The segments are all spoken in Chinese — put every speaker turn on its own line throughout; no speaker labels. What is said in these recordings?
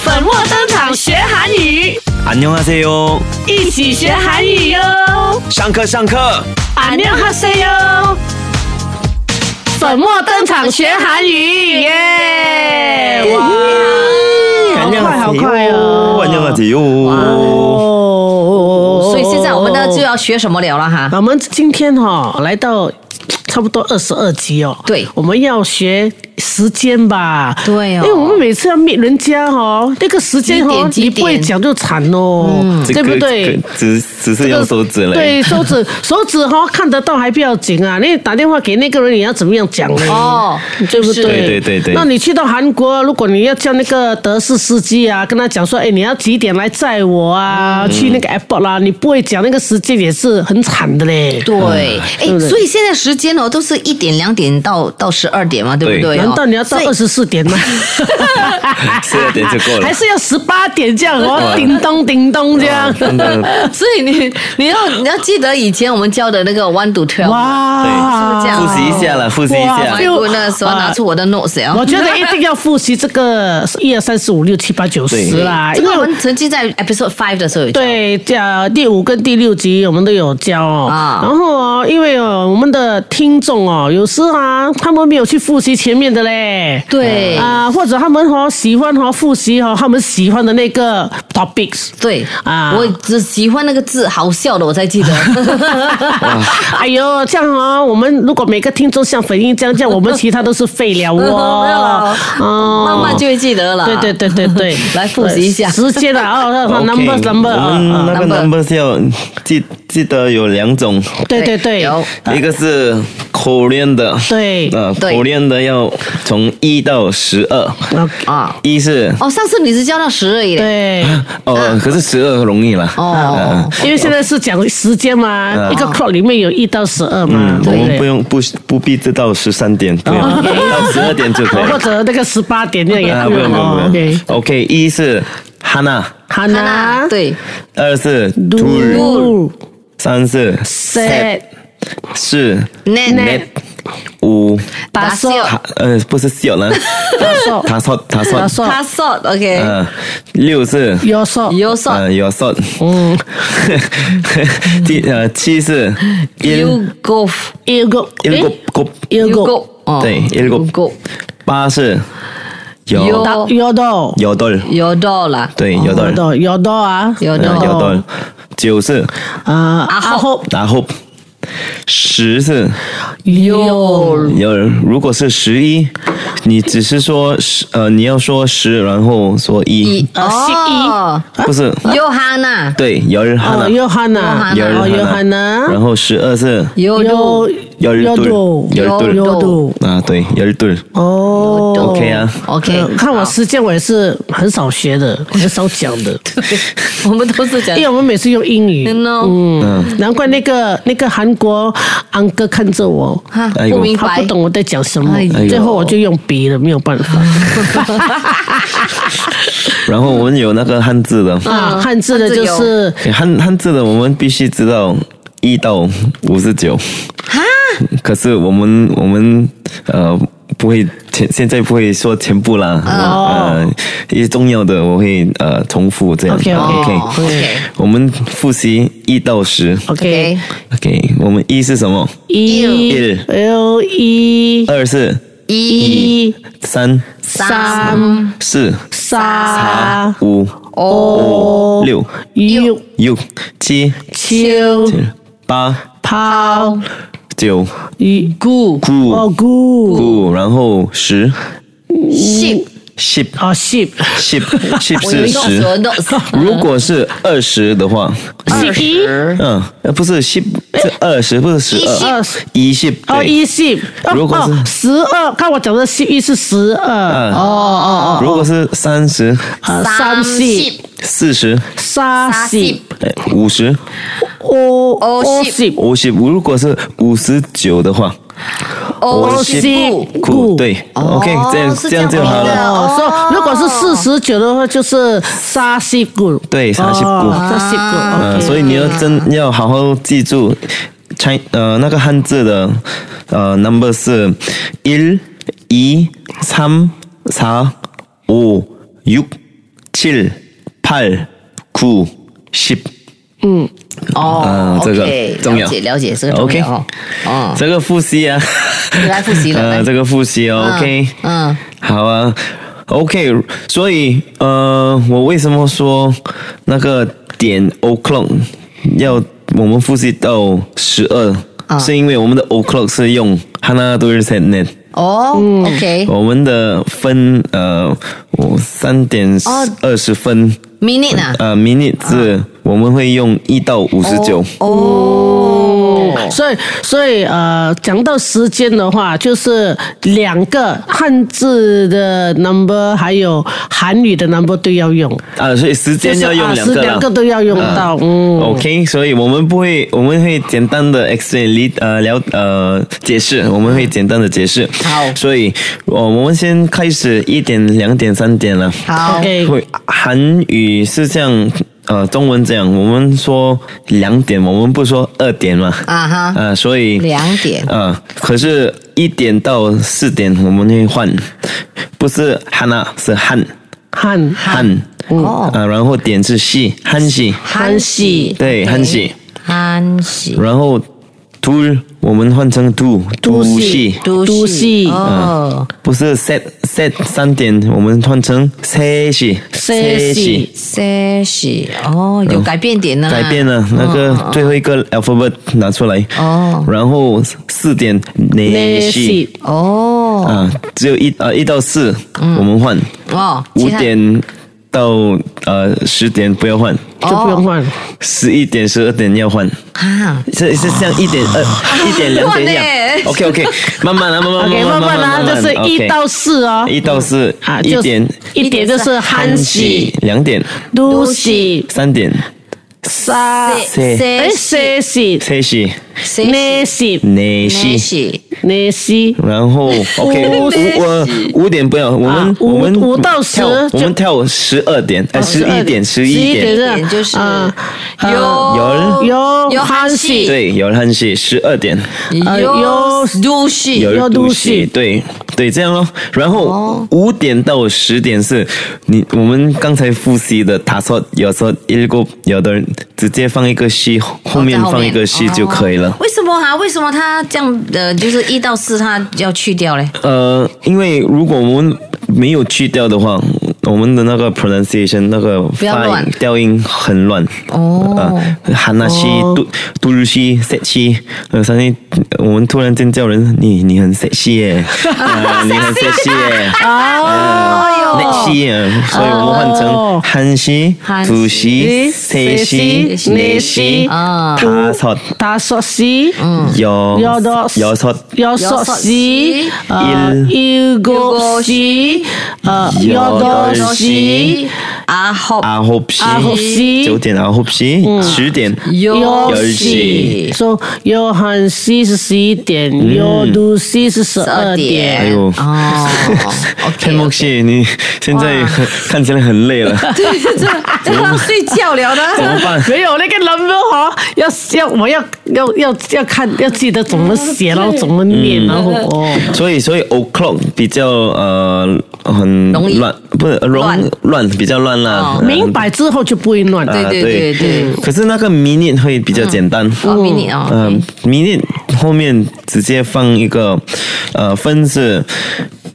粉墨登场学韩语，
안녕하세요，
一起学韩语哟！
上课上课。
안녕하세요！粉墨登场学韩语，耶！哇，
好
快好快哦
안녕하세요。
哦，
啊所以现在我们呢就要学什么了了哈。
我们今天哈、来到差不多二十二集哦。
对
我们要学时间吧。
对
因
哦
为我们每次要灭人家哦，那个时间哦，你
几点几点
不会讲就惨哦，
嗯这
对
个
不对
这？个只只是用手指嘞。
对，手 指手指哈、看得到还不要紧啊，你打电话给那个人你要怎么样讲呢？
哦，
对不对？
对对对对
那你去到韩国，如果你要叫那个德式司机啊，跟他讲说，哎，你要几点来载我啊？
嗯
去那个 airport 啦、你不会讲那个时间也是很惨的嘞。
对，
哦
哎、
嗯对
所以现在时间哦都是一点、两点到到十二点嘛，对不对、哦？
难道你要到
所以
二十四点吗？
十二点就够了
还是要十八点这样哦？叮咚叮咚这样。
真的，
所以你你要你要记得以前我们教的那个 one to twelve。
哇，
对是啊
复习一下了，复习一
哇
My
下。
就
goodness！我要拿出我的 notes 啊
我！觉得一定要复习这个一二三四五六七八九十
对
啦，
这
因
个我
为
们曾经在 episode five 的时候有教
对，呃，第五跟第六集我们都有教哦。
啊
然后哦，因为哦，我们的听众哦，有时啊，他们没有去复习前面的嘞。
对
啊、或者他们哦喜欢哦复习哦他们喜欢的那个 topics。
对
啊
我只喜欢那个字，好笑的我才记 得。
哎呦，这样哦，我们如果每个听众像粉英这样这样，我们其他都是废了
没有
哦
了。
哦
慢慢就会记得了。，
对对对对对
来复习一下
时间了哦
OK，
，number number，啊
我们那个
number
number 是要记记得有两种，
对对 对，
哎有
一个是口令的，
对
呃，
对
口令的要从一到十二，
啊。
一是
哦，上次你是教到十而已。
对。啊
哦，可是十二容易啊了。
哦，
因为现在是讲时间嘛，
嗯
一
啊
个 clock 里面有一到十二嘛
嗯，，我
对哦
们
不
不
对？
用不不必知道十三点，不用到十二点就可以
哦或
了。
者那个十八点那也
啊，
可
不
以
用不
哦
用不
OK，
用。OK，一是 Hana，
好
看啊，
呢，
对，
二是 d u
，do
三是
set
是
net
net，五
打
打
手
手
塔呃不是小人，
打手
塔索塔
打
索，
手
他 short OK，
嗯，六是
右手
you short
呃有 s
嗯，
第呃七是
you
il
go
一个
il
诶
go go，
一
you
个
go 哦
对，you go 八是
You-
yo
打右到
yo dol，
有到啦，
对 yo
右
dol，
到右到啊，
有
嗯 yo
到
dol，九是
啊，
阿
阿后
然后十是
右
有
有人，如果是十一，你只是说十，呃，你要说十，然后说一，
一
啊
哦
不是？
有哈娜
对，有人喊了，
哦，约翰呐，
约
人
哦，
喊了
约翰呐
然，后十二是
有
有
有
有人
有
蹲，
有
有人
有
蹲
有度
啊，对，有人蹲。
哦
OK 啊
OK，
嗯看我
好
时间我也是很少学的，很少讲的，
我们都是讲
因为我们每次用英语。
no
嗯，难怪那个那个韩国安哥看着我，
哈
哎呦
不明
他
白
不懂我在讲什么
哎，
呦
最后我就用笔了，没有办法。
然后我们有那个汉字的，
啊，汉字的就是
汉汉字的我们必须知道一到五十九。 可是我们我们呃不会全现在不会说全部啦，
哦
呃一些重要的我会呃重复这样。
OK，OK，
哦 OK
我们复习一到十。
OK
OK
OK，我们一是什么？
一
Il
L 一
二是
一
一
三
三
四
嗯三
五
哦
六
六
六七
七
八
八
九
一
姑
哦
九
，good
五，然后十
sheep，
sheep
啊，sheep
sheep sheep
我有
是
notes
十。
我有
如
notes，
果是二十的话，
sheep 一
嗯，呃不是 sheep 是二十，不是十
二
二
十，
一 sheep
哦，
对
一 sheep
如果是
哦十二，看我讲的 sheep 一是十二
嗯哦哦哦。如果是三十、
啊，三 sheep
四十、哎
三 sheep
五十、
哦
O
o
sheep
sheep
五十，如果是五十九的话，
哦
sheep
西
酷对，OK，这样
是
这样
这
就
样
好
子的
了。
哦，所以如果是四十九的话，就是沙西谷。
对沙西谷
哦沙西谷。
嗯，
OK
어, 所以你要真要好好记住，Chi 呃那个汉字的 어, 呃 number 是一、一、三、四、五、六、 7, 8, 9, 10.
哦
嗯，这个
OK，
重要
了解了解，这个重
OK
要哦。哦，
这个复习啊，
来复习了来
呃，这个复习哦、
嗯
OK，
嗯，
好啊，OK，所以呃，我为什么说那个点 o'clock 要我们复习到十二、
啊
是因为我们的 o'clock 是用 Hana d o r s e n e
嗯
哦，OK，
我们的分呃，我三点
哦
二十分、
minute 啊，
呃 minute 是、我们会用一到五十九，嗯
哦，
所以，所以呃，讲到时间的话，就是两个汉字的 number，还有韩语的 number 都要用，
啊，所以时间要用两
就是啊
个
是
啦
两个都要用到，嗯。
OK，所以我们不会，我们会简单的 explain 理呃聊呃解释，我们会简单的解释。
好
所以我、我们先开始一点、两点、三点了。
好
OK
会韩语是像呃中文这样，我们说两点，我们不说二点嘛。
啊哈
呃，所以
两点
呃，可是一点到四点我们会换，不是汉啊，是汉
汉
汉。
哦
呃，然后点是西汉西。
韩系，
对
，OK
韩系，
韩系，
然后 do 我们换成 do do 系，
都系
哦，
不是 set set 三点，我们换成 set 系
셋 시
三系，哦，有改变点呢，
嗯改变了那个最后一个 alphabet 拿出来，
嗯哦
然后四点 ne 系，
哦，
啊，只有一啊一到四我们换，
哦，
五
嗯其他
点到呃十点不要换，
就
哦
不用换，
十一点十二点要换。
啊，
是是像一点二、一点两点一样
乱欸
，OK OK，慢慢啊来，慢慢
OK，慢
慢哦慢
慢
慢啊
啦，啊就是一到四哦，
一到四
啊，，
一
就
点
一点就是汉
喜
系、
两点、
都系、
三点
沙，
셋
哎，西
셋
西、
三喜、
哎
셋
内西、
内
넷
喜，
시
内西，
然后 OK 五呃五点不要，我们
啊五
我们
五到十就
跳
哦
我们跳十二点，呃十一点十一点，
11点
就是
啊
有
有
有
有韩系，
对，有汉戏十二点，
呃
有
有
都系，
有
有
都
都
戏，
戏
对对，这样咯。然后
哦
五点到十点是你我们刚才复习的，他说有时候一个有的人直接放一个戏，后面
哦在
放一个戏就可以了。
哦为什么啊？为什么他这样的就是一到四他要去掉嘞？
呃， 어, 因为如果我们没有去掉的话，我们的那个 pronunciation 那个
要
发音
乱
调音很乱。
哦
呃，韩那西、杜杜鲁西、塞西，呃，上天我们突然间叫人，你你很塞西耶，呃你很塞西耶。
哦
那西啊，所以我们换成韩西、
韩
土西、
西
塞西
西、
内
内
西、
西
他
啊
说
大索西，
有
有的
有说
有索西，呃，一个西，呃，有多西，
啊好
阿호시
啊
阿호시
九点阿호시十点
嗯 有
有
戏
戏，
说有汉西是十一点，
嗯
有都西是十
十
二
二
点。
哎
点
呦
哦 어,
太默
，OK，
契，你现在
哇
很看起来很累 了，
对，这这要睡觉了
怎
的。
么办？
没有那个 number 哈，要要我要要要要看，要记得怎么写，然后怎么念，然后哦，
所以所以 o'clock 比较呃很
容易
乱，不是呃容
乱
乱比较乱啦
哦，
嗯
明白之后就不会乱。
啊
对对对
可是那个 minute 会比较简单。
哦，mini 哦
嗯、迷 m i n u t e 后面直接放一个呃分是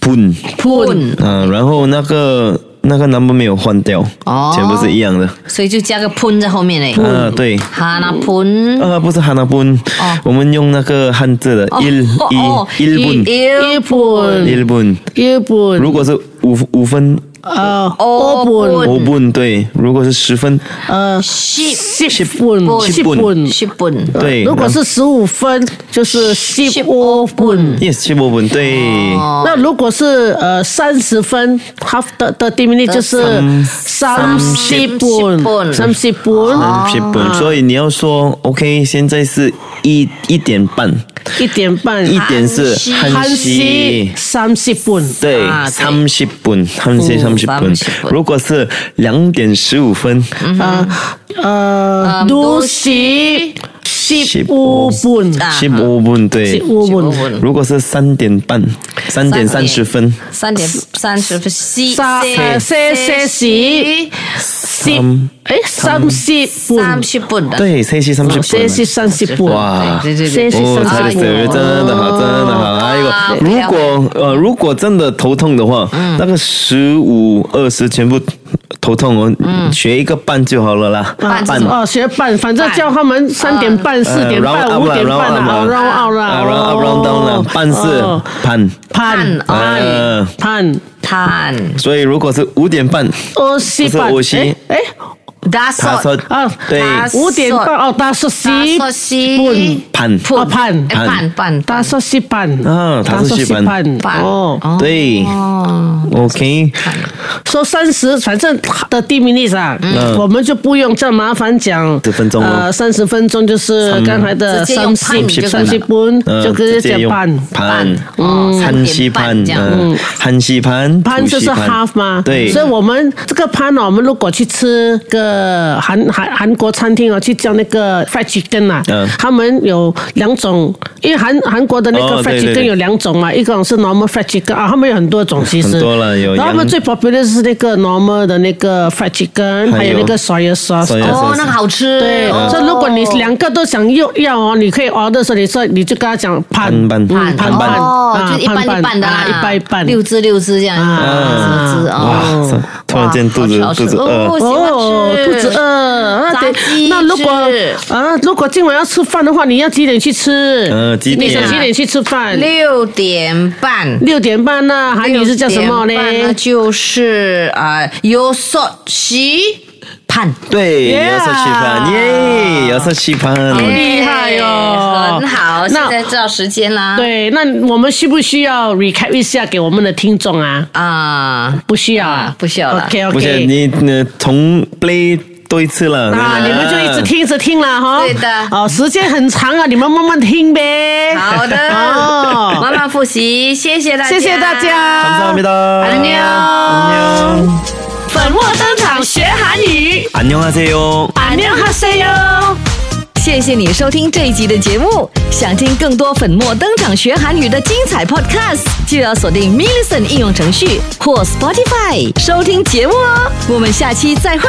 pun，
Pun
嗯、然后那个那个 number 没有换掉，
哦
全部是一样的。
所以就加个 pun 在后面嘞。
嗯、对。
哈那 pun，
呃，不是 hana pun，、
哦
我们用那个汉字的 il
哦哦
il il pun
一
il
本
il pun，
一本
如果是五五分
呃，
哦
二本
o pun 对，如果是十分
呃，
ship
十本
十
十
本
本。
ship pun
对，
呃如果是十五分，就是十五分。
yes 七波 pun 对。
那如果是呃三十分，half 的的 d i m i n u t e 就是三十分，三十分
三十分，所以你要说 OK，现在是一一点半，
一点半，
一点是
韩
汉西，
三十分。
对，
啊对
三十分，汉西三十分
三十。分
如果是两点十五分，
嗯
呃，都是十
Ship
五分，
啊
十五分对
十。五分，
如果是三点半，三点三十分，
三点三十分，四
三呃
四
四四十十，诶，三十分
三，十分的，
对，才是三十
四十
分。
哦三十分，
哇
对对
谢
对
谢
对，
哦，
三
才
十
是
五
네.
真的好，真的
哦
好。还有，如果呃，如果真的头痛的话，
嗯
那个十五、二十全部头痛哦，学一个半就好了啦，
半
半
哦，学嗯半，反正叫他们三点半、四点
呃
半、
，round up
五
啦
点半
，round
啊
up 啦
，round out 啦
啊，round up round down 啦，半是
哦
半，
判
判
判
呃
判
碳
所以如果是五点半，
二十哦半，
不是
诶
50
诶
打
他说
索
啊，
对
他
五点半哦，大硕西
打索西
半，
判
啊判
哎半半
大硕西半
啊
嗯
大硕西半
半
哦，
对
哦，
，OK，
说三十，反正的地名历史啊，
嗯
我们就不用这么麻烦讲。
10分钟哦
呃，三十分钟嗯就是刚才的
直接
三
用
十
判就可以了
三十分，
呃
就直接讲
用
半。
判
半哦
汉西判
3.半这，样
嗯，汉西判，
潘
土
就是
西判
half 嘛，
对，
所以我们这个潘呢，我们如果去吃个韩韩韩国餐厅哦，去叫那个 fried chicken 啊，
嗯
他们有两种，因为韩韩国的那个
哦
fried
对对
chicken
对
有两种嘛，啊一种是 normal fried chicken 啊，他们有很多种其实，
很多了有
然后他们
羊
最 popular 是那个 normal 的那个 fried chicken，还
还
有
有
那个 soy sauce。
soy
哦，那个好吃，
对，
哦
所以如果你两个都想要要哦，你可以 order 的时候，你说你就跟他讲盘
盘
嗯盘
盘盘
盘
哦，
啊
就一半一半的啦
啊，一半一半，
六只六只这样，
啊
四只
哇
哦
塞，突然间肚子
哇好吃
肚子饿
哦喜
哦
欢，吃
肚子饿，那得
炸鸡
啊那如果
翅
啊，如果今晚要吃饭的话，你要几点去吃？
呃几
你
点
想几点去吃饭？
六点半。
六点半呢？韩语是叫什么呢
六？点半就是啊，有所西盼，
对，
예.
Yeah
要说西判，耶，要说西
아, 네.
判，
厉害哦
很好，现
那
在知道时间啦。
对，那我们需不需要 recap 一下给我们的听众啊？
啊，
不需要啊
啊，不需要啦
OK
不是
OK。
你呃从 play 多一次了
아,
啊，
네,
你
그
们就一直。听，一直听了哈。
对的
哦，时间很长啊，你们慢慢听呗。
好的，
哦，
慢慢复习，谢谢大家，
谢谢大。
감사합
家
니。다
안녕
안녕
粉墨登场学韩语，
안녕하세요.
안녕하세요。
谢谢你收听这一集的节目。想听更多粉墨登场学韩语的精彩 podcast，就要锁定 m i l l i c e n t 应用程序或 Spotify 收听节目哦。我们下期再会。